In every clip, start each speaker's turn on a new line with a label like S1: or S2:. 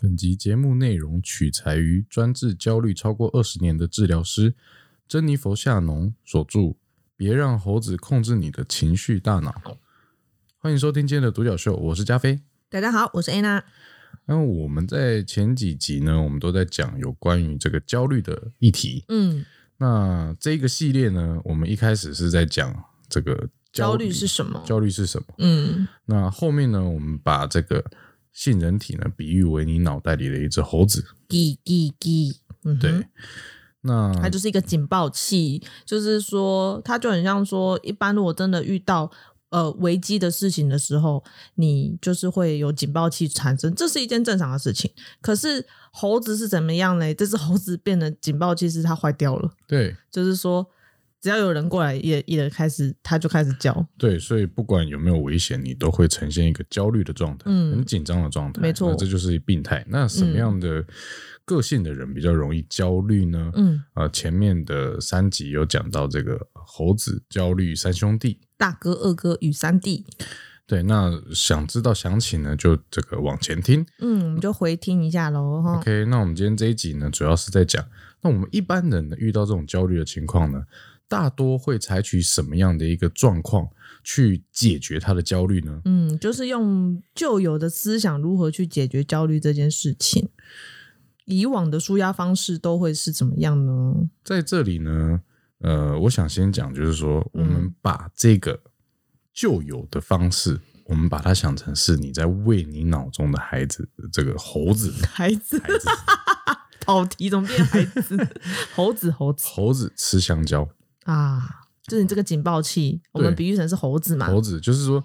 S1: 本集节目内容取材于专治焦虑超过二十年的治疗师珍妮佛·夏农所著《别让猴子控制你的情绪大脑》。欢迎收听今天的独角秀，我是加菲。
S2: 大家好，我是 Anna。
S1: 那我们在前几集呢，我们都在讲有关于这个焦虑的议题。
S2: 嗯，
S1: 那这个系列呢，我们一开始是在讲这个
S2: 焦虑是什么？
S1: 焦虑是什么？
S2: 嗯，
S1: 那后面呢，我们把这个杏仁体呢，比喻为你脑袋里的一只猴子。
S2: 滴滴滴，嗯哼
S1: 对，，那
S2: 它就是一个警报器，就是说，它就很像说，一般如果真的遇到呃危机的事情的时候，你就是会有警报器产生，这是一件正常的事情。可是猴子是怎么样嘞？这只猴子变得警报器是它坏掉了，
S1: 对
S2: 就是说，只要有人过来，也也开始，它就开始叫。
S1: 对，所以不管有没有危险，你都会呈现一个焦虑的状态，
S2: 嗯
S1: 很紧张的状态。
S2: 没错嗯
S1: 那这就是病态。那什么样的个性的人比较容易焦虑呢？
S2: 嗯，
S1: 呃，前面的三集有讲到这个猴子焦虑三兄弟。
S2: 大哥、二哥与三弟，
S1: 对，那想知道详情呢，就这个往前听。
S2: 嗯，我们就回听一下喽。哈
S1: OK，那我们今天这一集呢，主要是在讲，那我们一般人呢遇到这种焦虑的情况呢，大多会采取什么样的一个状况去解决他的焦虑呢？
S2: 嗯，就是用旧有的思想如何去解决焦虑这件事情。以往的舒压方式都会是怎么样呢？
S1: 在这里呢，呃，我想先讲，就是说，我
S2: 嗯
S1: 们把这个旧有的方式，我们把它想成是你在喂你脑中的孩子，这个猴子，
S2: 孩子
S1: 孩子，
S2: 跑题怎么变孩子？ 猴子猴子
S1: 猴子吃香蕉，
S2: 啊！就是你这个警报器，我们
S1: 对
S2: 比喻成是猴子嘛。
S1: 猴子就是说，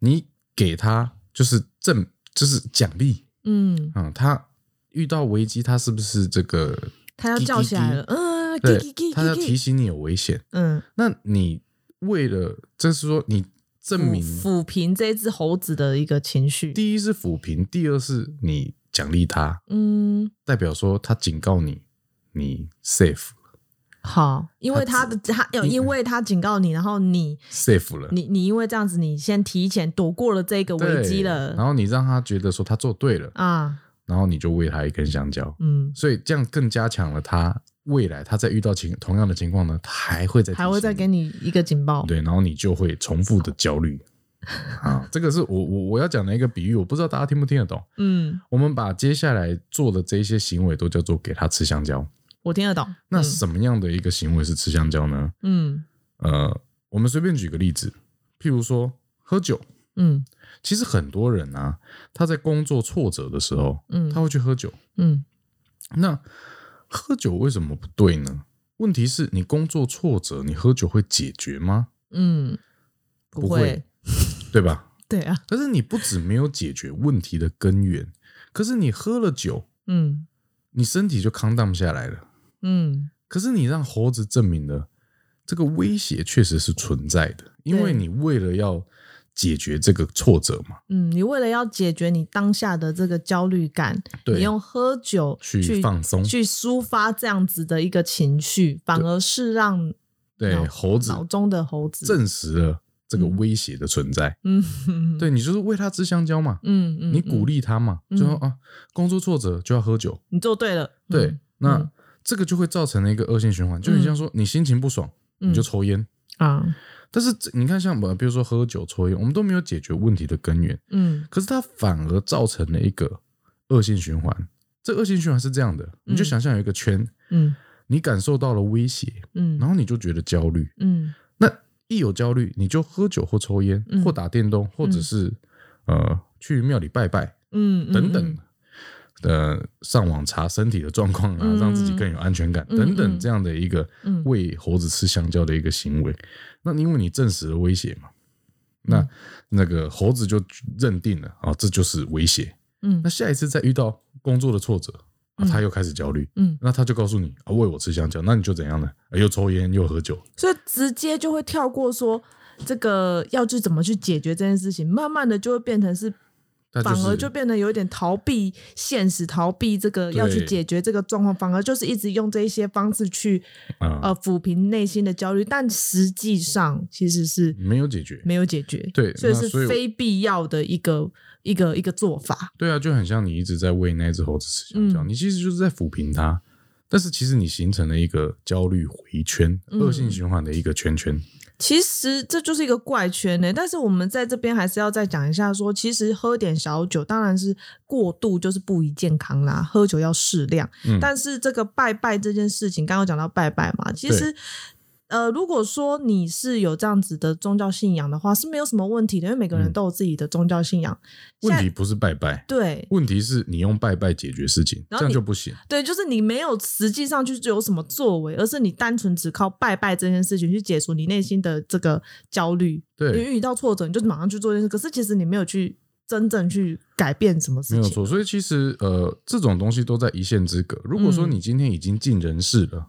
S1: 你给他就是正就是奖励，
S2: 嗯，
S1: 嗯，他遇到危机，他是不是这个
S2: 它要叫起来了，嗯，
S1: 对
S2: 叽叽，
S1: 他要
S2: 叽
S1: 提
S2: 叽，
S1: 醒你有危险？
S2: 嗯，
S1: 那你为了，就是说你证明，
S2: 抚抚平这只猴子的一个情绪。
S1: 第一是抚平，第二是你奖励他，
S2: 嗯，
S1: 代表说他警告你，你 safe
S2: 好，因为
S1: 它
S2: 他的他有，因为他警告你，然后你
S1: safe 了，
S2: 你你因为这样子，你先提前躲过了这个
S1: 对
S2: 危机
S1: 然
S2: 了
S1: 后你让他觉得说他做对了，
S2: 啊，
S1: 然后你就喂他一根香蕉，
S2: 嗯，
S1: 所以这样更加强了他未来他在遇到情同样的情况呢，他还会再提
S2: 还会
S1: 醒
S2: 再
S1: 你
S2: 给你一个警报。
S1: 对，然后你就会重复的焦 虑啊。这个是我我我要讲的一个比喻，我不知道大家听不听得懂。
S2: 嗯，
S1: 我们把接下来做的这些行为都叫做给他吃香蕉。
S2: 我听得懂。
S1: 那
S2: 嗯
S1: 什么样的一个行为是吃香蕉呢？
S2: 嗯
S1: 呃，我们随便举个例子，譬如说喝酒，
S2: 嗯
S1: 其实很多人啊，他在工作挫折的时候，
S2: 嗯
S1: 他会去喝酒。
S2: 嗯
S1: 那喝酒为什么不对呢？问题是你工作挫折，你喝酒会解决吗？
S2: 嗯，不
S1: 不会，对吧？
S2: 对啊，
S1: 可是你不止没有解决问题的根源，可是你喝了酒，
S2: 嗯
S1: 你身体就康荡下来了。
S2: 嗯
S1: 可是你让猴子证明了这个威胁确实是存在的，因为你为了要解决这个挫折嘛，
S2: 嗯，你为了要解决你当下的这个焦虑感，
S1: 对
S2: 你用喝酒
S1: 去
S2: 去
S1: 放松
S2: 去抒发这样子的一个情绪，反而是让
S1: 对
S2: 脑
S1: 猴子
S2: 脑中的猴子
S1: 证实了这个威胁的存在。
S2: 嗯
S1: 对你就是喂它吃香蕉嘛，
S2: 嗯嗯，
S1: 你鼓
S2: 嗯
S1: 励它嘛，就说啊，工作挫折就要喝酒，
S2: 你做对了，
S1: 对，
S2: 嗯
S1: 那。
S2: 嗯
S1: 这个就会造成了一个恶性循环，就很像说你心情不爽，
S2: 嗯
S1: 你就抽烟，
S2: 啊
S1: 但是这你看，像我们比如说喝酒、抽烟，我们都没有解决问题的根源，
S2: 嗯
S1: 可是它反而造成了一个恶性循环。这恶性循环是这样的，你就想象有一个圈，
S2: 嗯
S1: 你感受到了威胁，
S2: 嗯
S1: 然后你就觉得焦虑。
S2: 嗯。
S1: 那一有焦虑，你就喝酒或抽烟，
S2: 嗯
S1: 或打电动，或者是、呃去庙里拜拜
S2: 嗯，嗯
S1: 等等
S2: 嗯。
S1: 呃，上网查身体的状况啊，
S2: 嗯
S1: 让自己更有安全感，
S2: 嗯
S1: 等等，
S2: 嗯
S1: 这样的一个
S2: 嗯
S1: 喂猴子吃香蕉的一个行为。那因为你证实了威胁嘛，那
S2: 嗯
S1: 那个猴子就认定了啊、这就是威胁。
S2: 嗯
S1: 那下一次再遇到工作的挫折，啊、
S2: 嗯
S1: 他又开始焦虑，
S2: 嗯，
S1: 那他就告诉你啊，喂我吃香蕉，那你就怎样呢？啊又抽烟又喝酒，
S2: 所以直接就会跳过说这个要去怎么去解决这件事情，慢慢的就会变成是
S1: 他
S2: 反
S1: 是
S2: 而就变得有一点逃避现实，逃避这个要去
S1: 对
S2: 解决这个状况，反而就是一直用这一些方式去
S1: 啊、
S2: 呃抚平内心的焦虑，但实际上其实是
S1: 没有解决。
S2: 没有解决，
S1: 对
S2: 所以
S1: 那所以
S2: 是
S1: 我
S2: 非必要的一个一个一个做法。
S1: 对啊，就很像你一直在喂那只猴子吃香蕉，
S2: 嗯
S1: 你其实就是在抚平它，但是其实你形成了一个焦虑回圈、
S2: 嗯
S1: 恶性循环的一个圈圈。
S2: 其实这就是一个怪圈呢、但是我们在这边还是要再讲一下说其实喝点小酒当然是过度就是不宜健康啦，喝酒要适量。
S1: 嗯
S2: 但是这个拜拜这件事情，刚刚讲到拜拜嘛，其实。呃，如果说你是有这样子的宗教信仰的话，是没有什么问题的，因为每个人
S1: 嗯
S2: 都有自己的宗教信仰。
S1: 问
S2: 现
S1: 题
S2: 在
S1: 不是拜拜，
S2: 对
S1: 问题是你用拜拜解决事情，
S2: 然
S1: 这
S2: 后
S1: 样
S2: 你
S1: 就不行。
S2: 对，就是你没有实际上去有什么作为，而是你单纯只靠拜拜这件事情去解除你内心的这个焦虑。你
S1: 对，
S2: 遇到挫折，你就马上去做这件事，可是其实你没有去真正去改变什么事
S1: 没有
S2: 情。
S1: 错。所以其实呃，这种东西都在一线之隔。如果说
S2: 嗯
S1: 你今天已经尽人事了，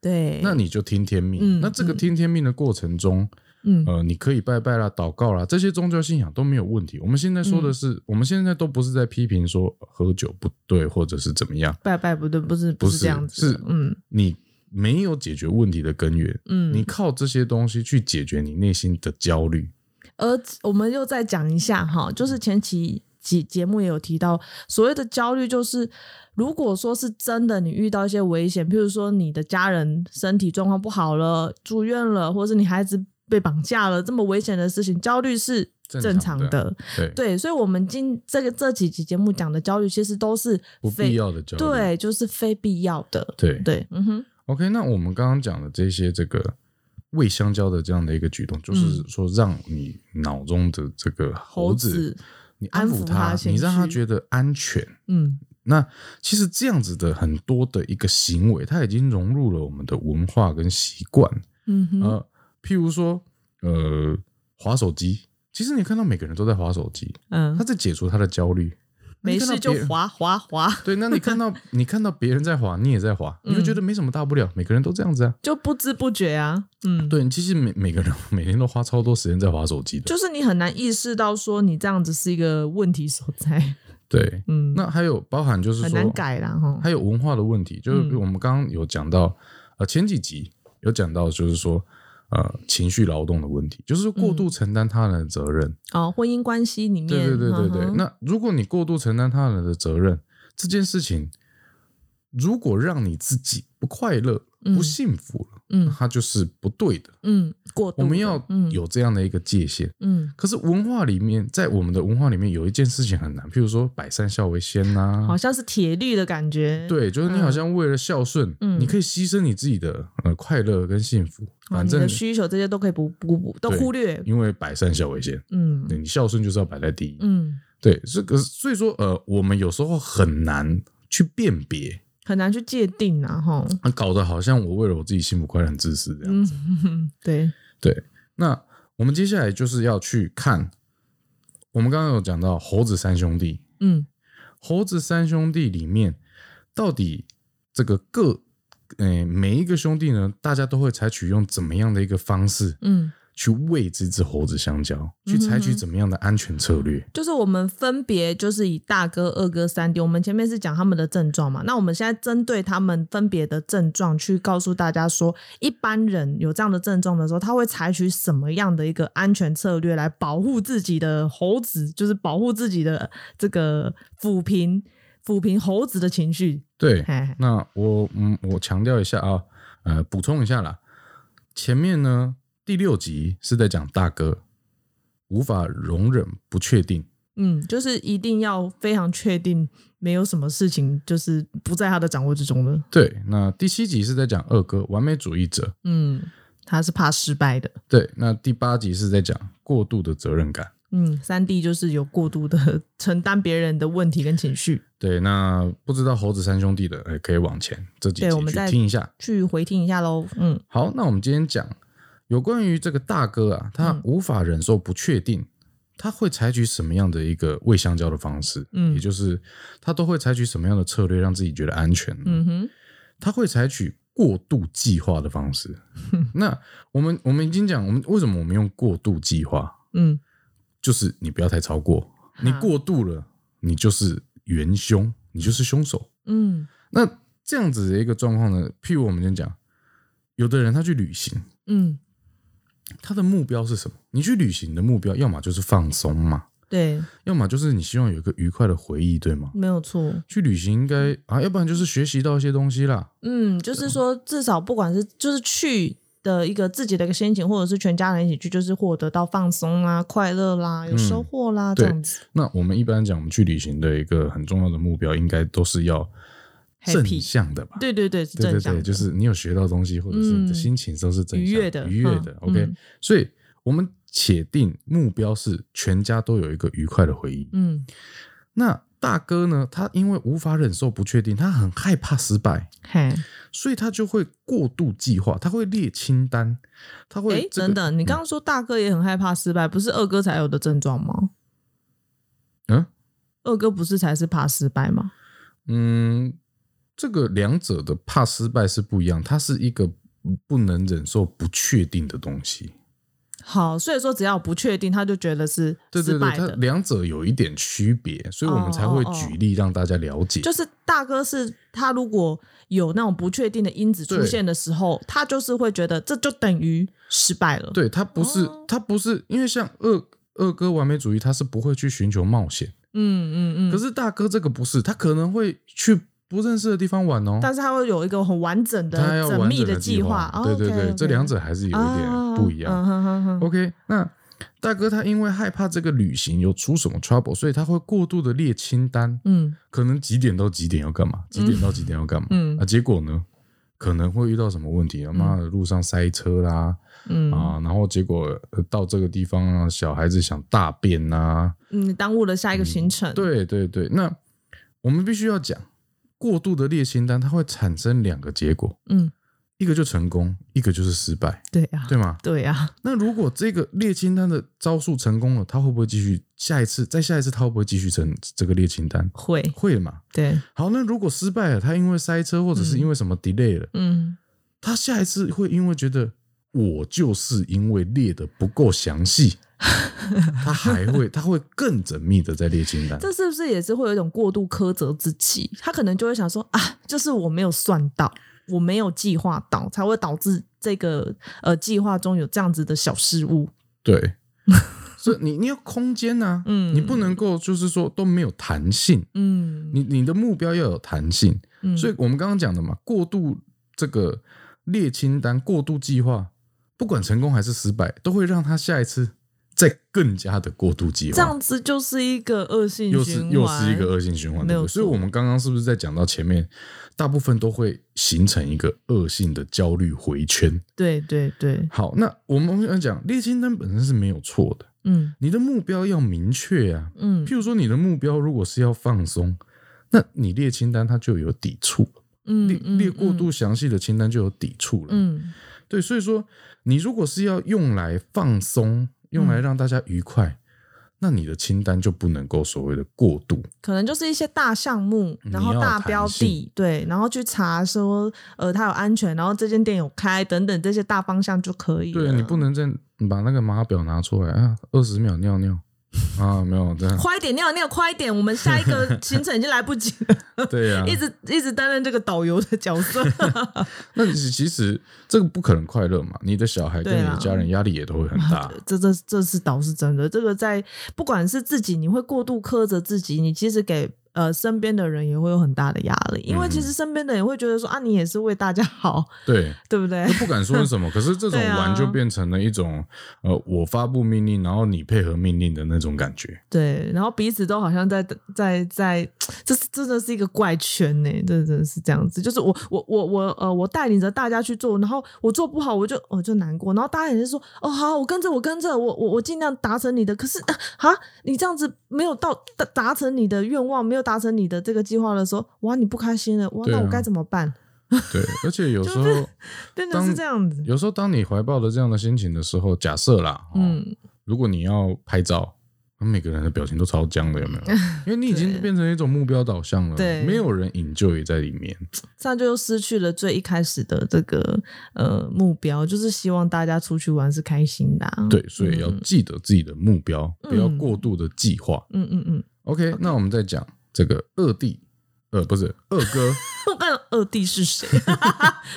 S2: 对，
S1: 那你就听天命。
S2: 嗯
S1: 那这个
S2: 嗯
S1: 听天命的过程中，
S2: 嗯，
S1: 呃，你可以拜拜啦、祷告啦，这些宗教信仰都没有问题。我们现在说的是，我们现在都不是在批评说喝酒不对，或者是怎么样。
S2: 拜拜不对，不是
S1: 不
S2: 是这样子的，
S1: 是
S2: 嗯
S1: 你没有解决问题的根源，
S2: 嗯，
S1: 你靠这些东西去解决你内心的焦虑。
S2: 而我们又再讲一下哈，就是前期几节目也有提到，所谓的焦虑就是。如果说是真的，你遇到一些危险，譬如说你的家人身体状况不好了，住院了，或者是你孩子被绑架了，这么危险的事情，焦虑是
S1: 正
S2: 正
S1: 常
S2: 常
S1: 的啊
S2: 的。
S1: 对，
S2: 对，所以，我们今这个这几集节目讲的焦虑，其实都是
S1: 不
S2: 非
S1: 必要的焦虑。
S2: 对，就是非必要的。
S1: 对
S2: 对，嗯哼，
S1: OK，那我们刚刚讲的这些这个喂香蕉的这样的一个举动，就是说让你脑中的这个猴子，你安
S2: 安
S1: 抚
S2: 抚
S1: 它
S2: 它，情
S1: 你让它
S2: 绪
S1: 觉得安全。
S2: 嗯，
S1: 那其实这样子的很多的一个行为，它已经融入了我们的文化跟习惯。
S2: 嗯哼，
S1: 呃，譬如说，呃，划手机，其实你看到每个人都在划手机，他
S2: 嗯，
S1: 在解除他的焦虑。
S2: 没
S1: 你看
S2: 事
S1: 到
S2: 就
S1: 别人
S2: 滑滑滑，
S1: 对，那你看到你看到别人在滑，你也在滑，你会觉得
S2: 嗯
S1: 没什么大不了，每个人都这样子啊。
S2: 就不知不觉啊，嗯，
S1: 对，其实每每个人 每天都花超多时间在滑手机的。
S2: 就是你很难意识到说你这样子是一个问题所在，
S1: 对，
S2: 嗯，
S1: 那还有包含就是
S2: 很
S1: 说
S2: 难，改啦，哈，
S1: 还有文化的问题，就是
S2: 嗯
S1: 我们刚刚有讲到，呃，前几集有讲到，就是说，呃，情绪劳动的问题，就是说
S2: 嗯
S1: 过度承担他人的责任。
S2: 哦，婚姻关系里面，
S1: 对对对对对。
S2: 嗯哼
S1: 那如果你过度承担他人的责任，这件事情如果让你自己不快乐、
S2: 嗯
S1: 不幸福了，
S2: 嗯
S1: 它就是不对的。
S2: 嗯，过度
S1: 我
S2: 的，
S1: 们要
S2: 嗯
S1: 有这样的一个界限。
S2: 嗯，
S1: 可是文化里面，在我们的文化里面有一件事情很难，譬如说百善孝为先 呐、
S2: 好像是铁律的感觉，，
S1: 对，就是你好像为了孝顺，
S2: 嗯
S1: 你可以牺牲你自己的呃快乐跟幸福，
S2: 哦，
S1: 反
S2: 你
S1: 正
S2: 的需求这些都可以不不不都
S1: 对
S2: 忽略，
S1: 因为百善孝为先，
S2: 嗯
S1: 对你孝顺就是要摆在第一。
S2: 嗯，
S1: 对，这个所以说呃，我们有时候很难去辨别，
S2: 很难去界定啊，哈，
S1: 啊搞得好像我为了我自己幸福快乐很自私这样。
S2: 嗯，对，
S1: 对，那我们接下来就是要去看，我们刚刚有讲到猴子三兄弟，
S2: 嗯
S1: 猴子三兄弟里面，到底这个各，呃，每一个兄弟呢，大家都会采取用怎么样的一个方式
S2: 嗯，
S1: 去喂这只猴子香蕉，
S2: 嗯
S1: 去采取
S2: 哼
S1: 怎么样的安全策略？
S2: 就是我们分别就是以大哥、二哥、三弟，我们前面是讲他们的症状嘛，那我们现在针对他们分别的症状去告诉大家说，一般人有这样的症状的时候，他会采取什么样的一个安全策略来保护自己的猴子，就是保护自己的这个抚平抚平猴子的情绪。
S1: 对，
S2: 嘿嘿
S1: 那我嗯，我强调一下啊，呃，补充一下啦，前面呢第六集是在讲大哥无法容忍不确定，
S2: 嗯，就是一定要非常确定，没有什么事情就是不在他的掌握之中的。
S1: 对，那第七集是在讲二哥完美主义者，
S2: 嗯，他是怕失败的。
S1: 对，那第八集是在讲过度的责任感。
S2: 嗯，三弟就是有过度的 承担别人的问题跟情绪。
S1: 对，那不知道猴子三兄弟的，哎，可以往前这几
S2: 对
S1: 集
S2: 我们
S1: 去
S2: 再
S1: 听一下。
S2: 去回听一下喽，嗯
S1: 好，那我们今天讲有关于这个大哥啊，他
S2: 嗯
S1: 无法忍受不确定，他会采取什么样的一个喂香蕉的方式？
S2: 嗯
S1: 也就是他都会采取什么样的策略让自己觉得安全？
S2: 嗯哼，
S1: 他会采取过度计划的方 式。那我们我们已经讲，我们为什么我们用过度计划？
S2: 嗯
S1: 就是你不要太超过，你过度了，你就是元凶，你就是凶手。
S2: 嗯
S1: 那这样子的一个状况呢，譬如我们先讲，有的人他去旅行，
S2: 嗯，
S1: 他的目标是什么？你去旅行的目标，要么就是放松嘛，
S2: 对，
S1: 要么就是你希望有一个愉快的回忆，对吗？
S2: 没有错。
S1: 去旅行应该啊，要不然就是学习到一些东西啦。
S2: 嗯，就是说，至少不管是就是去的一个自己的一个心情，或者是全家人一起去，就是获得到放松啦、快乐啦、有收获啦，
S1: 嗯
S2: 这
S1: 对
S2: 样子。
S1: 那我们一般讲，我们去旅行的一个很重要的目标，应该都是要正
S2: Happy
S1: 向的吧？
S2: 对对对，是
S1: 对
S2: 正
S1: 对
S2: 向
S1: 对，
S2: 的，
S1: 就是你有学到东西，或者是你的
S2: 嗯
S1: 心情都是正向
S2: 愉悦的
S1: 愉悦的。
S2: 嗯
S1: OK，
S2: 嗯
S1: 所以我们且定目标是全家都有一个愉快的回忆。
S2: 嗯，
S1: 那大哥呢，他因为无法忍受不确定，他很害怕失败，
S2: 嘿，
S1: 所以他就会过度计划，他会列清单，他
S2: 哎
S1: 会，这
S2: 等
S1: 个嗯
S2: 等，你刚刚说大哥也很害怕失败，不是二哥才有的症状吗？
S1: 嗯
S2: 二哥不是才是怕失败吗？
S1: 嗯，这个两者的怕失败是不一样，它是一个不能忍受不确定的东西。
S2: 好，所以说只要不确定，他就觉得是
S1: 对对
S2: 失
S1: 对，
S2: 败
S1: 它
S2: 的。
S1: 两者有一点区别，所以我们才会
S2: 哦哦哦
S1: 举例让大家了解。
S2: 就是大哥是他如果有那种不确定的因子出
S1: 对
S2: 现的时候，他就是会觉得这就等于失败了。
S1: 对，它不是
S2: 哦，
S1: 它不是，因为像二二哥完美主义，他是不会去寻求冒险。
S2: 嗯嗯嗯。
S1: 可是大哥这个不是，他可能会去不认识的地方玩哦。
S2: 但是他会有一个很完整的、
S1: 他要
S2: 缜
S1: 完
S2: 密
S1: 整的
S2: 计
S1: 划，
S2: 哦
S1: 对对对
S2: OK，OK
S1: 这两者还是有一点不一样。
S2: 啊哼哼哼
S1: OK，那大哥他因为害怕这个旅行有出什么 trouble，所以他会过度的列清单，
S2: 嗯
S1: 可能几点到几点要干嘛，几点到几点要干嘛、
S2: 嗯
S1: 啊？结果呢，可能会遇到什么问题啊？妈的，路上塞车啦、
S2: 嗯
S1: 啊，然后结果呃到这个地方啊，小孩子想大便啊，
S2: 嗯，耽误了下一个行程。
S1: 对对对，那我们必须要讲，过度的列清单，它会产生两个结果，
S2: 嗯，
S1: 一个就成功，一个就是失败，
S2: 对啊，
S1: 对吗？
S2: 对啊，
S1: 那如果这个列清单的招数成功了，他会不会继续下一次？再下一次，他会不会继续成这个列清单？
S2: 会
S1: 会嘛？
S2: 对，
S1: 好，那如果失败了，他因为塞车或者是因为什么 delay 了，
S2: 嗯
S1: 他下一次会因为觉得我就是因为列的不够详 细，他还会他会更缜密的在列清单。
S2: 这是不是也是会有一种过度苛责自己？他可能就会想说啊，就是我没有算到，我没有计划到，才会导致这个呃计划中有这样子的小失误。
S1: 对，所以你你要空间呐、
S2: 嗯
S1: 你不能够就是说都没有弹性，
S2: 嗯
S1: 你你的目标要有弹性。
S2: 嗯
S1: 所以我们刚刚讲的嘛，过度这个列清单、过度计划，不管成功还是失败，都会让他下一次再更加的过度计划，
S2: 这样子就是一个恶性
S1: 又
S2: 循
S1: 是
S2: 环，
S1: 又是一个恶性循环，
S2: 没
S1: 对
S2: 有
S1: 不对？所以
S2: 错
S1: 我们刚刚是不是在讲到前面，大部分都会形成一个恶性的焦虑回圈？
S2: 对对对，
S1: 好，那我们要讲列清单本身是没有错的，
S2: 嗯
S1: 你的目标要明确啊。
S2: 嗯
S1: 譬如说，你的目标如果是要放松，那你列清单它就有抵触。列
S2: 嗯嗯
S1: 列过度详细的清单就有抵触了。
S2: 嗯
S1: 对，所以说你如果是要用来放松，用
S2: 嗯
S1: 来让大家愉快，那你的清单就不能够所谓的过度。
S2: 可能就是一些大项目，
S1: 你
S2: 然后
S1: 要
S2: 大
S1: 弹
S2: 标的
S1: 性，
S2: 对，然后去查说，呃，它有安全，然后这间店有开等等这些大方向就可以了。
S1: 对啊你不能再你把那个码表拿出来啊，二十秒尿尿啊，没有这 样，
S2: 快一点尿尿，快一点，我们下一个行程已经来不及了。
S1: 对呀、
S2: 一直一直担任这个导游的角色，
S1: 那你其实这个不可能快乐嘛，你的小孩跟
S2: 对
S1: 你
S2: 啊
S1: 的家人压力也都会很大。
S2: 这这这是倒是真的。这个在不管是自己，你会过度苛责自己，你其实给。呃，身边的人也会有很大的压力，因为其实身边的人会觉得说、啊，你也是为大家好，
S1: 对，
S2: 对啊不对
S1: 都？不敢说什 么，可是这种
S2: 对啊
S1: 玩就变成了一种、呃，我发布命令，然后你配合命令的那种感觉。
S2: 对，然后彼此都好像在在在，这是真的是一个怪圈呢、这真的是这样子。就是我我我我呃，我带领着大家去做，然后我做不好，我就我就难过，然后大家也是说哦好，我跟着我跟着我我我尽量达成你的，可是啊哈你这样子没有到达达成你的愿望，没有达成你的这个计划的时候，哇你不开心了，哇
S1: 对
S2: 那我
S1: 啊
S2: 该怎么办？
S1: 对，而且有时候，
S2: 真的是
S1: 当
S2: 这样子，
S1: 有时候当你怀抱着这样的心情的时候，假设啦，哦、
S2: 嗯
S1: 如果你要拍照，那每个人的表情都超僵的，有没 有？因为你已经变成一种目标导向了，
S2: 对嗯
S1: 没有人引咎也在里面。
S2: 这样就又失去了最一开始的这个呃目标，就是希望大家出去玩是开心的、啊。
S1: 对，所以要记得自己的目标，不要
S2: 嗯
S1: 过度的计划。
S2: 嗯嗯嗯，
S1: OK，那我们再讲这个二弟，呃，不是二哥，
S2: 我看到二弟是 谁？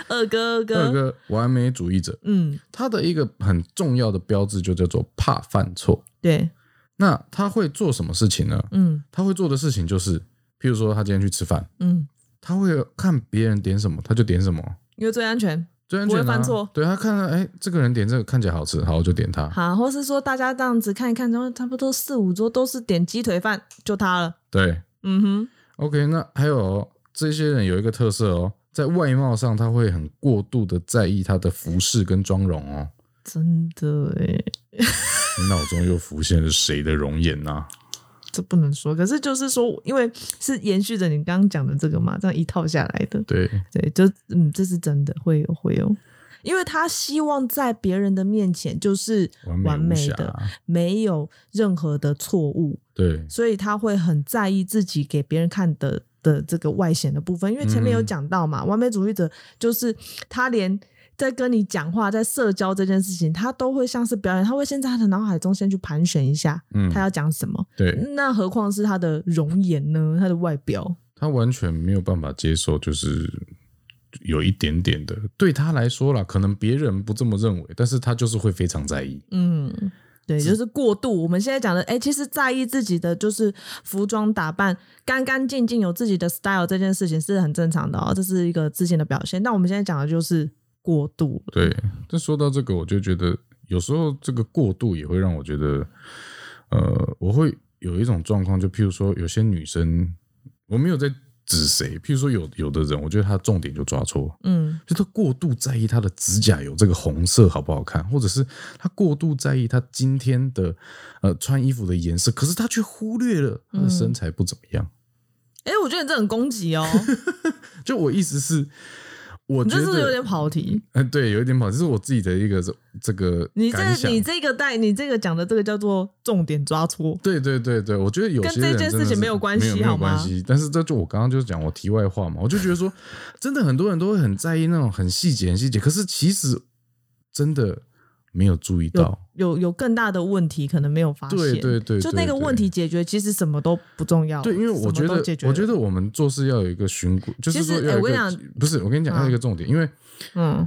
S2: 二哥，二 哥，
S1: 二哥完美主义者，
S2: 嗯，
S1: 他的一个很重要的标志就叫做怕犯错。
S2: 对，
S1: 那他会做什么事情呢？
S2: 嗯
S1: 他会做的事情就是，譬如说他今天去吃饭，
S2: 嗯，
S1: 他会看别人点什么，他就点什么，
S2: 因为最安全。
S1: 最安全、啊、
S2: 不会犯错
S1: 对他看到，哎，这个人点这个看起来好吃，好我就点他。
S2: 好，或是说大家这样子看一看，然后差不多四五桌都是点鸡腿饭，就他了。
S1: 对
S2: 嗯哼，
S1: ，OK，那还有哦、这些人有一个特色哦，在外貌上他会很过度的在意他的服饰跟妆容哦。
S2: 真的诶，
S1: 你脑中又浮现了谁的容颜啊呐、
S2: 这不能说。可是就是说，因为是延续着你刚刚讲的这个嘛，这样一套下来的，
S1: 对，
S2: 对，就嗯，这是真的，会有会有，因为他希望在别人的面前就是
S1: 完美
S2: 完
S1: 无
S2: 美
S1: 瑕。
S2: 的，没有任何的错误，
S1: 对，
S2: 所以他会很在意自己给别人看的的这个外显的部分，因为前面有
S1: 嗯
S2: 讲到嘛，完美主义者就是他连。在跟你讲话，在社交这件事情，他都会像是表演，他会先在他的脑海中先去盘旋一下，
S1: 嗯，
S2: 他要讲什么。
S1: 对
S2: 那何况是他的容颜呢？他的外表，
S1: 他完全没有办法接受，就是有一点点的，对他来说啦，可能别人不这么认为，但是他就是会非常在意。
S2: 嗯，对，就是过度。我们现在讲的，哎、其实在意自己的就是服装打扮干干净净，有自己的 style 这件事情是很正常的哦，这是一个自信的表现。但我们现在讲的就是过度了。
S1: 对，但说到这个，我就觉得有时候这个过度也会让我觉得，呃，我会有一种状况，就譬如说有些女生，我没有在指谁，譬如说有有的人，我觉得她重点就抓错，
S2: 嗯，
S1: 就他过度在意他的指甲有这个红色好不好看，或者是他过度在意他今天的呃穿衣服的颜色，可是他却忽略了他的
S2: 嗯
S1: 身材不怎么样。
S2: 哎、我觉得你这很攻击 哦，
S1: 就我意思是，我
S2: 你
S1: 觉
S2: 这是不是有
S1: 得，
S2: 点跑题。
S1: 嗯、对，有一点跑，这是我自己的一个这这个
S2: 你这
S1: 感想。
S2: 你这个带你这个讲的这个叫做重点抓错。
S1: 对对对对，我觉得有些人
S2: 跟这件
S1: 真的
S2: 事情
S1: 是
S2: 没有关系
S1: 没有没有
S2: 好吗
S1: 关系。但是这就我刚刚就是讲我题外话嘛，我就觉得说，真的很多人都会很在意那种很细节、很细节，可是其实真的没有注意到。
S2: 有有更大的问题，可能没有发现。
S1: 对对对
S2: 就
S1: 对
S2: 那个
S1: 对
S2: 问题解决，其实什么都不重要。
S1: 对，因为我觉
S2: 什么
S1: 得
S2: 都解，决
S1: 我觉
S2: 了
S1: 得我们做事要有一个循规，就是
S2: 其
S1: 说要
S2: 实
S1: 有一
S2: 哎我
S1: 个，
S2: 跟你讲
S1: 不是我跟你讲，
S2: 啊
S1: 还有一个重点，因为
S2: 嗯，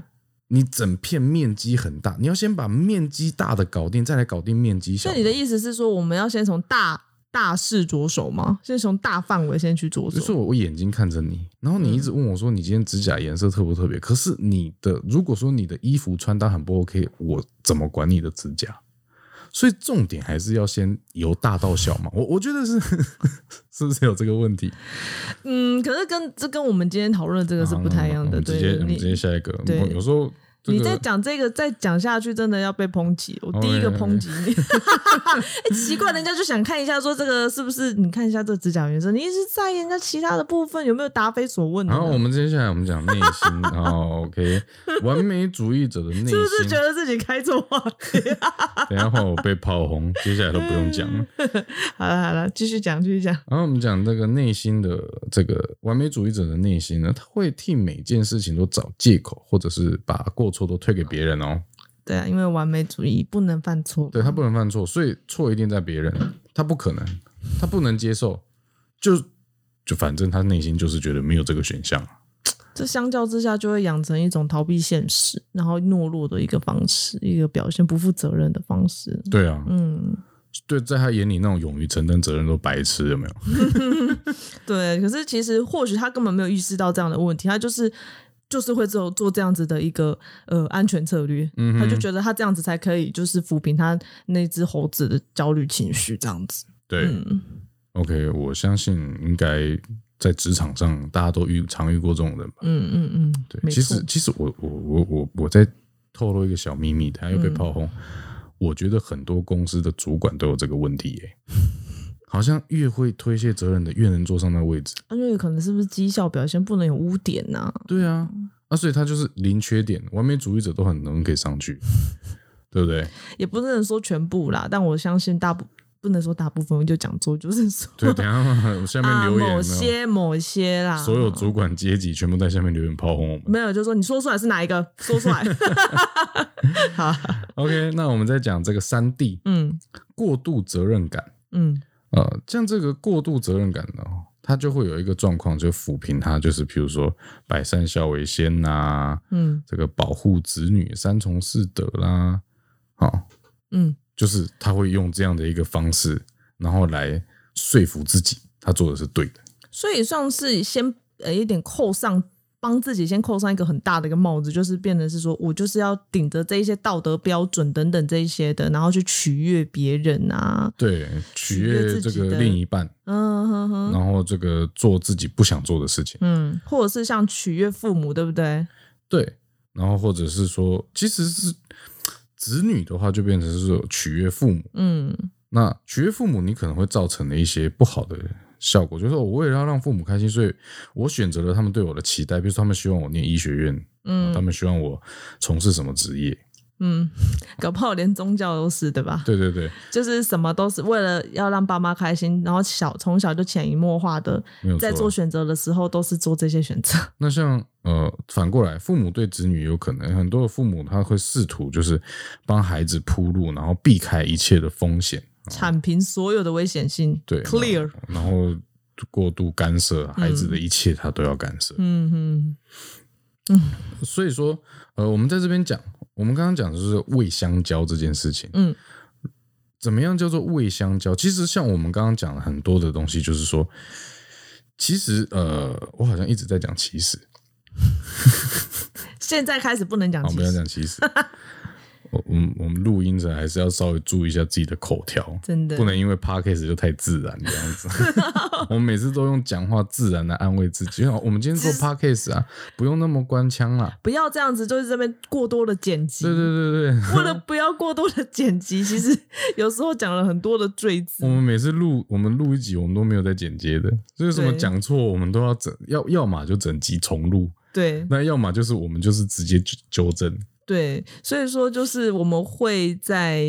S1: 你整片面积很大，你要先把面积大的搞定，再来搞定面积小
S2: 所以你的意思是说，我们要先从大大事着手吗？先从大范围先去着
S1: 就是
S2: 手。
S1: 我我眼睛看着你，然后你
S2: 嗯
S1: 一直问我说你今天指甲颜色特不特别？可是你的如果说你的衣服穿搭很不 OK，我怎么管你的指甲？所以重点还是要先由大到小嘛。我我觉得是是不是有这个问题？
S2: 嗯，可是跟这跟我们今天讨论的这个是不太一样
S1: 啊我
S2: 的。
S1: 们直接
S2: 对，
S1: 我们直接
S2: 你
S1: 下一个。
S2: 对
S1: 我有时候、这个、哦
S2: 你再讲这个，再讲下去，真的要被抨击。我第一个
S1: OK，OK
S2: 抨击你， 哎奇怪，人家就想看一下，说这个是不是？你看一下这指甲原色，你一直在意人家其他的部分有没有答非所问的
S1: 然
S2: 呢？
S1: 后我们接下来我们讲内心哦，OK，完美主义者的内心。
S2: 是不是觉得自己开错话 题？
S1: 等一下换我被炮轰，接下来都不用讲了。
S2: 好了好了，继续讲，继续讲。
S1: 然后我们讲这个内心的这个完美主义者的内心呢，他会替每件事情都找借口，或者是把过错都推给别人哦。
S2: 对啊，因为完美主义不能犯错。
S1: 对他不能犯错，所以错一定在别人，他不可能，他不能接受，就就反正他内心就是觉得没有这个选项。啊
S2: 这相较之下，就会养成一种逃避现实，然后懦弱的一个方式，一个表现不负责任的方式。
S1: 对啊，
S2: 嗯，
S1: 对，在他眼里那种勇于承担责任都白痴，有没有？
S2: 对。可是其实或许他根本没有意识到这样的问题，他就是就是会做做这样子的一个呃安全策略，
S1: 嗯哼
S2: 他就觉得他这样子才可以就是抚平他那只猴子的焦虑情绪，这样子。
S1: 对，
S2: 嗯，
S1: OK，我相信应该在职场上大家都遇常遇过这种人吧？
S2: 嗯嗯嗯，
S1: 对，
S2: 没
S1: 其
S2: 错
S1: 实其实我我我我我在透露一个小秘密，他
S2: 嗯
S1: 又被炮轰。我觉得很多公司的主管都有这个问题耶、好像越会推卸责任的越能坐上那位置。
S2: 因为可能是不是绩效表现不能有污点呐、
S1: 对啊，啊，所以他就是零缺点，完美主义者都很能给上去，对不对？
S2: 也不能说全部啦，但我相信大部不能说大部分，我就讲错，就是说
S1: 对，等一 下下面
S2: 啊
S1: 留言
S2: 某
S1: 有没有，
S2: 些啊某些啦，
S1: 所有主管阶级全部在下面留言炮轰我 们。
S2: 没有，就是说你说出来是哪一个，说出来。 好，
S1: OK，那我们再讲这个三 D
S2: 嗯
S1: 过度责任感。
S2: 嗯
S1: 呃，像这个过度责任感呢，它就会有一个状况，就抚平它，就是譬如说百善孝为先呐、
S2: 嗯
S1: 这个保护子女三从四德啦，好、
S2: 嗯
S1: 就是他会用这样的一个方式，然后来说服自己他做的是对的。
S2: 所以算是先呃有点扣上，帮自己先扣上一个很大的一个帽子，就是变得是说我就是要顶着这一些道德标准等等这一些的，然后去取悦别人啊，
S1: 对，取
S2: 悦
S1: 悦
S2: 自
S1: 这
S2: 己
S1: 个
S2: 的
S1: 另一半，
S2: 嗯哼哼，
S1: 然后这个做自己不想做的事情，
S2: 嗯，或者是像取悦父母，对不对？
S1: 对，然后或者是说，其实是子女的话，就变成是说取悦父母，
S2: 嗯
S1: 那取悦父母，你可能会造成的一些不好的效果，就是说我为了要让父母开心，所以我选择了他们对我的期待，比如说他们希望我念医学院，他
S2: 嗯
S1: 们希望我从事什么职业，
S2: 嗯， 搞不好连宗教都是对吧？
S1: 对对对，
S2: 就是什么都是为了要让爸妈开心，然后小从小就潜移默化的
S1: 没有
S2: 在
S1: 错嗯
S2: 做。选择的时候都是做这些选择。
S1: 那像呃，反过来，父母对子女有可能很多的父母他会试图就是帮孩子铺路，然后避开一切的风险，
S2: 铲平所有的危险性，
S1: 对
S2: ，clear，
S1: 然后过度干涉孩子的一切，他都要干涉。
S2: 嗯嗯
S1: 所以说，呃，我们在这边讲，我们刚刚讲的就是喂香蕉这件事情，
S2: 嗯
S1: 怎么样叫做喂香蕉？其实像我们刚刚讲了很多的东西，就是说，其实呃，我好像一直在讲其实，
S2: 现在开始不能讲
S1: 好，
S2: 歧
S1: 不要
S2: 视，
S1: 讲其 实。我我们我们录音者还是要稍微注意一下自己的口条，
S2: 真的
S1: 不能因为 podcast 就太自然这样 子。我们每次都用讲话自然来安慰自己。我们今天做 podcast 啊，不用那么官腔啦。
S2: 不要这样子，就是这边过多的剪辑
S1: 对。对对对，
S2: 为了不要过多的剪辑，其实有时候讲了很多的赘字
S1: 我。们每次录我们录一集，我们都没有在剪接的，所以什么
S2: 对
S1: 讲错，我们都要整要要么就整集重录，
S2: 对
S1: 那要么就是我们就是直接纠纠正。
S2: 对，所以说就是我们会在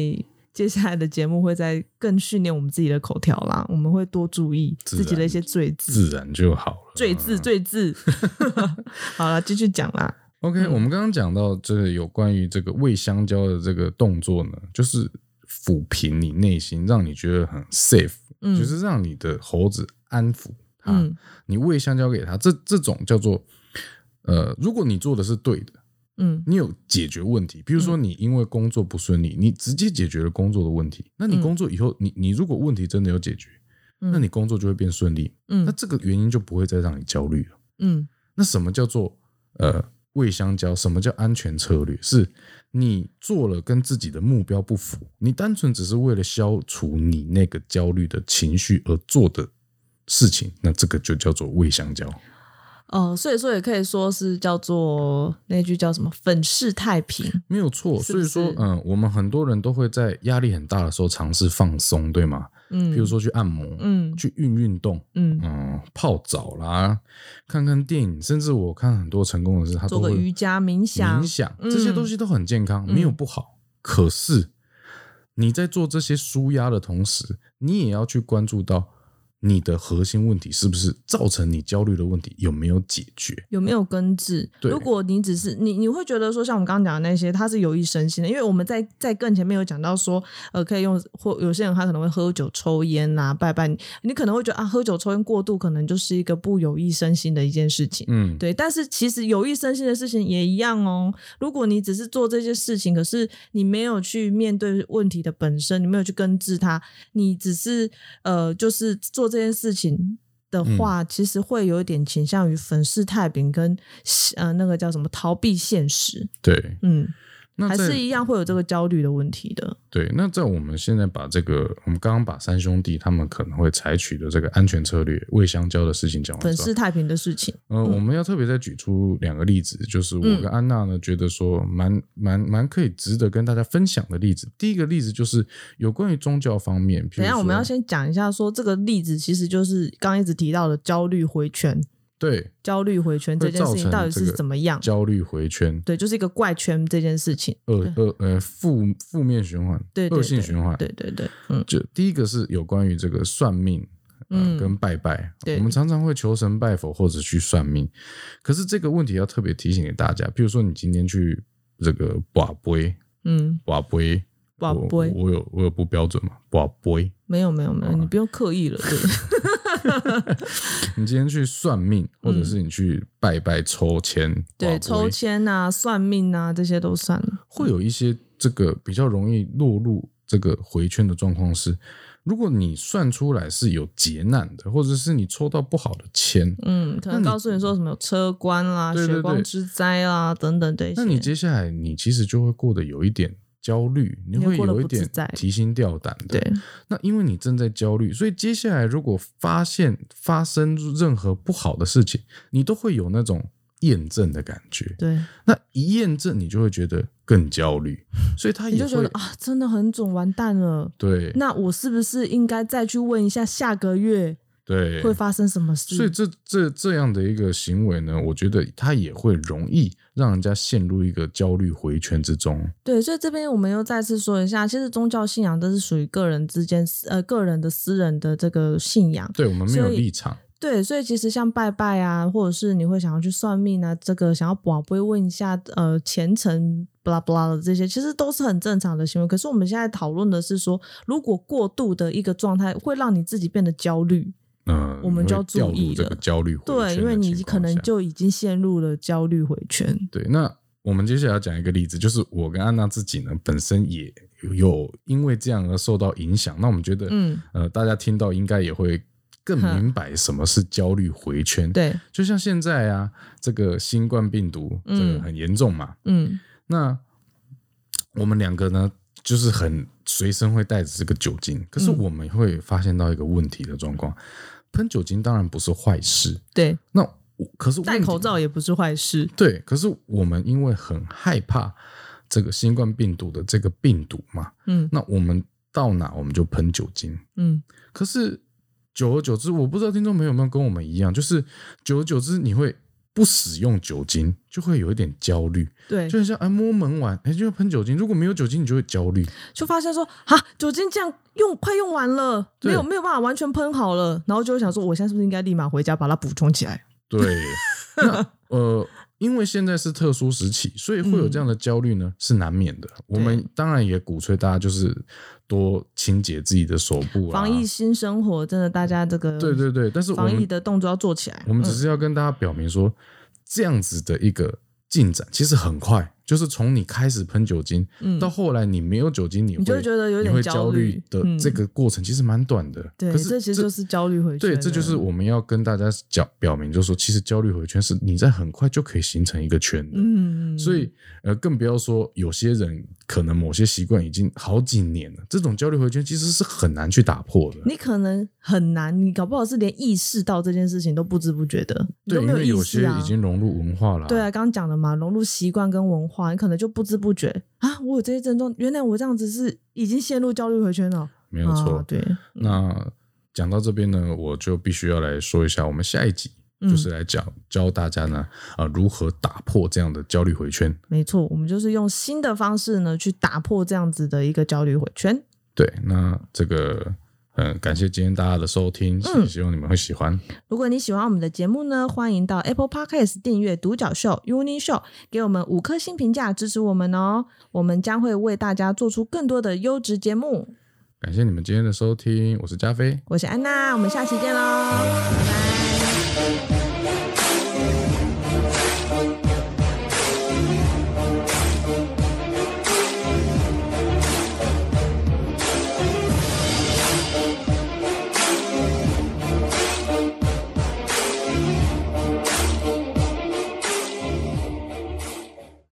S2: 接下来的节目会在更训练我们自己的口条啦，我们会多注意
S1: 自
S2: 自己的
S1: 然
S2: 一些赘字、
S1: 自嗯然就好了。
S2: 赘字、赘字。 好了，继续讲啦。
S1: OK，、我
S2: 嗯
S1: 们刚刚讲到这个有关于这个喂香蕉的这个动作呢，就是抚平你内心，让你觉得很 safe，、
S2: 嗯
S1: 就是让你的猴子安抚它。
S2: 嗯
S1: 你喂香蕉给它，这这种叫做呃，如果你做的是对的，
S2: 嗯
S1: 你有解决问题，比如说你因为工作不顺利，你直接解决了工作的问题，那你
S2: 嗯
S1: 工作以后，你你如果问题真的有解决，
S2: 嗯
S1: 那你工作就会变顺利，那
S2: 嗯
S1: 这个原因就不会再让你焦虑了。
S2: 嗯
S1: 那什么叫做呃喂香蕉？什么叫安全策略？是你做了跟自己的目标不符，你单纯只是为了消除你那个焦虑的情绪而做的事情，那这个就叫做喂香蕉。
S2: 哦，所以说也可以说是叫做那句叫什么“粉饰太平
S1: 没有错，
S2: 是不
S1: 所
S2: 是
S1: 以说，嗯，我们很多人都会在压力很大的时候尝试放松，对吗？”。
S2: 嗯，
S1: 比如，说去按摩，
S2: 嗯
S1: 去运运动，
S2: 嗯，
S1: 嗯，泡澡啦，看看电影，甚至我看很多成功人士，他
S2: 做
S1: 都
S2: 个
S1: 会
S2: 瑜伽冥想
S1: 冥，想
S2: 嗯
S1: 这些东西都很健康，
S2: 嗯
S1: 没有不好。可是你在做这些舒压的同时，你也要去关注到你的核心问题是不是造成你焦虑的问题有没有解决？
S2: 有没有根治？
S1: 对
S2: 如果你只是你，你会觉得说，像我们刚刚讲的那些，它是有益身心的，因为我们在在更前面有讲到说，呃，可以用或有些人他可能会喝酒、抽烟呐、拜拜，你你可能会觉得啊，喝酒、抽烟过度可能就是一个不有益身心的一件事情。
S1: 嗯，
S2: 对，但是其实有益身心的事情也一样哦。如果你只是做这些事情，可是你没有去面对问题的本身，你没有去根治它，你只是呃，就是做这件事情的
S1: 嗯
S2: 话，其实会有一点倾向于粉饰太平跟呃那个叫什么逃避现实，
S1: 对。
S2: 嗯，
S1: 那
S2: 还
S1: 在
S2: 是一样会有这个焦虑的问题的。
S1: 对，那在我们现在把这个，我们刚刚把三兄弟他们可能会采取的这个安全策略喂香蕉的事情讲完
S2: 粉
S1: 之后
S2: 饰，太平的事情，
S1: 呃，我们要特别再举出两个例子，就是我
S2: 嗯
S1: 跟安娜呢，觉得说蛮蛮蛮可以值得跟大家分享的例子。第一个例子就是有关于宗教方面，比如
S2: 等一下
S1: 说
S2: 我们要先讲一下说这个例子其实就是刚刚一直提到的焦虑回圈。
S1: 对，
S2: 焦虑回圈这件事情到底
S1: 会造成
S2: 是
S1: 这个
S2: 怎么样？
S1: 焦虑回圈，
S2: 对，就是一个怪圈这件事情。
S1: 恶恶呃负负面循环，
S2: 对对
S1: 恶性循环。
S2: 对对对，嗯
S1: 就第一个是有关于这个算命，嗯，
S2: 嗯
S1: 跟拜拜，
S2: 对
S1: 我们常常会求神拜佛或者去算命，可是这个问题要特别提醒给大家，比如说你今天去这个卜龟，
S2: 嗯，
S1: 卜龟，
S2: 宝
S1: 我
S2: 贝，
S1: 我有我有不标准嘛？卜龟，
S2: 没有没有没有，你不用刻意了， 对，
S1: 你今天去算命，或者是你去拜拜抽签，
S2: 嗯对，
S1: 卜龟
S2: 抽签啊、算命啊，这些都算了。
S1: 会有一些这个比较容易落入这个回圈的状况是，如果你算出来是有劫难的，或者是你抽到不好的签，
S2: 嗯，可能
S1: 那你
S2: 告诉你说什么有车关啦、
S1: 对对
S2: 血光
S1: 对
S2: 之灾啦等等这些。
S1: 那你接下来你其实就会过得有一点焦虑，你
S2: 会
S1: 会
S2: 过得
S1: 有一
S2: 不自
S1: 点
S2: 在
S1: 提心吊胆的。
S2: 对，
S1: 那因为你正在焦虑，所以接下来如果发现发生任何不好的事情，你都会有那种验证的感觉。
S2: 对，
S1: 那一验证，你就会觉得更焦 虑，所以他
S2: 你
S1: 也
S2: 就觉
S1: 会
S2: 得啊，真的很准，完蛋了。
S1: 对
S2: 那我是不是应该再去问一下下个月
S1: 对
S2: 会发生什么事？
S1: 所以这这这样的一个行为呢，我觉得它也会容易让人家陷入一个焦虑回圈之中。
S2: 对，所以这边我们又再次说一下，其实宗教信仰都是属于个人之间呃个人的私人的这个信仰。
S1: 对我们没有
S2: 所以
S1: 立场，
S2: 对，所以其实像拜拜啊，或者是你会想要去算命啊，这个想要保不会问一下呃前程。巴拉巴拉的这些其实都是很正常的行为，可是我们现在讨论的是说，如果过度的一个状态会让你自己变得焦虑，
S1: 嗯、
S2: 我们就要注意了
S1: 你会掉入这个焦虑回圈的
S2: 对，因为
S1: 情
S2: 你
S1: 况
S2: 可能
S1: 下
S2: 就已经陷入了焦虑回圈。
S1: 对。那我们接下来要讲一个例子，就是我跟安娜自己呢，本身也有因为这样而受到影响。那我们觉得，
S2: 嗯，
S1: 呃，大家听到应该也会更
S2: 哼
S1: 明白什么是焦虑回圈。，
S2: 对，
S1: 就像现在啊，这个新冠病毒这个
S2: 嗯
S1: 很严重嘛，
S2: 嗯，
S1: 那我们两个呢，就是很随身会带着这个酒精，可是
S2: 嗯
S1: 我们会发现到一个问题的状况，喷酒精当然不是坏事。
S2: 对，
S1: 那我可是问
S2: 戴
S1: 题
S2: 口罩也不是坏事。
S1: 对，可是我们因为很害怕这个新冠病毒的这个病毒嘛，
S2: 嗯
S1: 那我们到哪我们就喷酒精。
S2: 嗯，
S1: 可是久而久之，我不知道听众朋友有没有跟我们一样，就是久而久之你会不使用酒精，就会有一点焦虑。
S2: 对，
S1: 就很像按摸门碗，哎、就要喷酒精。如果没有酒精，你就会焦虑。
S2: 就发现说啊，酒精这样用快用完了，
S1: 对
S2: 没有没有办法完全喷好了，然后就会想说，我现在是不是应该立马回家把它补充起来？
S1: 对，那呃，因为现在是特殊时期，所以会有这样的
S2: 嗯
S1: 焦虑呢，是难免的。我们当然也鼓吹大家就是多清洁自己的手部啊，
S2: 防疫新生活，真的大家这个
S1: 对对对，但是我
S2: 防疫
S1: 们
S2: 的动作要做起来。嗯
S1: 我们只是要跟大家表明说，这样子的一个进展其实很快，就是从你开始喷酒精、
S2: 嗯
S1: 到后来你没有酒精，你会
S2: 你就会觉得有点
S1: 你会
S2: 焦
S1: 焦
S2: 虑
S1: 虑的
S2: 嗯
S1: 这个过程其实蛮短的。
S2: 对，
S1: 可是
S2: 这其实就是焦虑回圈
S1: 对，
S2: 了。
S1: 这就是我们要跟大家讲表明，就是说，其实焦虑回圈是你在很快就可以形成一个圈的。
S2: 嗯，
S1: 所以，呃，更不要说有些人可能某些习惯已经好几年了，这种焦虑回圈其实是很难去打破的。
S2: 你可能很难，你搞不好是连意识到这件事情都不知不觉的，你
S1: 对，
S2: 都没
S1: 因为
S2: 意
S1: 有
S2: 识
S1: 些
S2: 啊。
S1: 已经融入文化了、
S2: 对啊，刚刚讲的嘛，融入习惯跟文化，你可能就不知不觉啊，我有这些症状，原来我这样子是已经陷入焦虑回圈了。
S1: 没有错。
S2: 啊、对，
S1: 那讲到这边呢，我就必须要来说一下，我们下一集
S2: 嗯
S1: 就是来讲、教大家呢，呃，如何打破这样的焦虑回圈。
S2: 没错，我们就是用新的方式呢，去打破这样子的一个焦虑回圈。
S1: 对，那这个，嗯、感谢今天大家的收听，希
S2: 嗯
S1: 希望你们会喜欢。
S2: 如果你喜欢我们的节目呢，欢迎到 Apple Podcast 订阅《独角秀 Uni Show》，给我们五颗星评价支持我们哦。我们将会为大家做出更多的优质节目。
S1: 感谢你们今天的收听，我是加菲。
S2: 我是安娜，我们下期见喽，拜拜。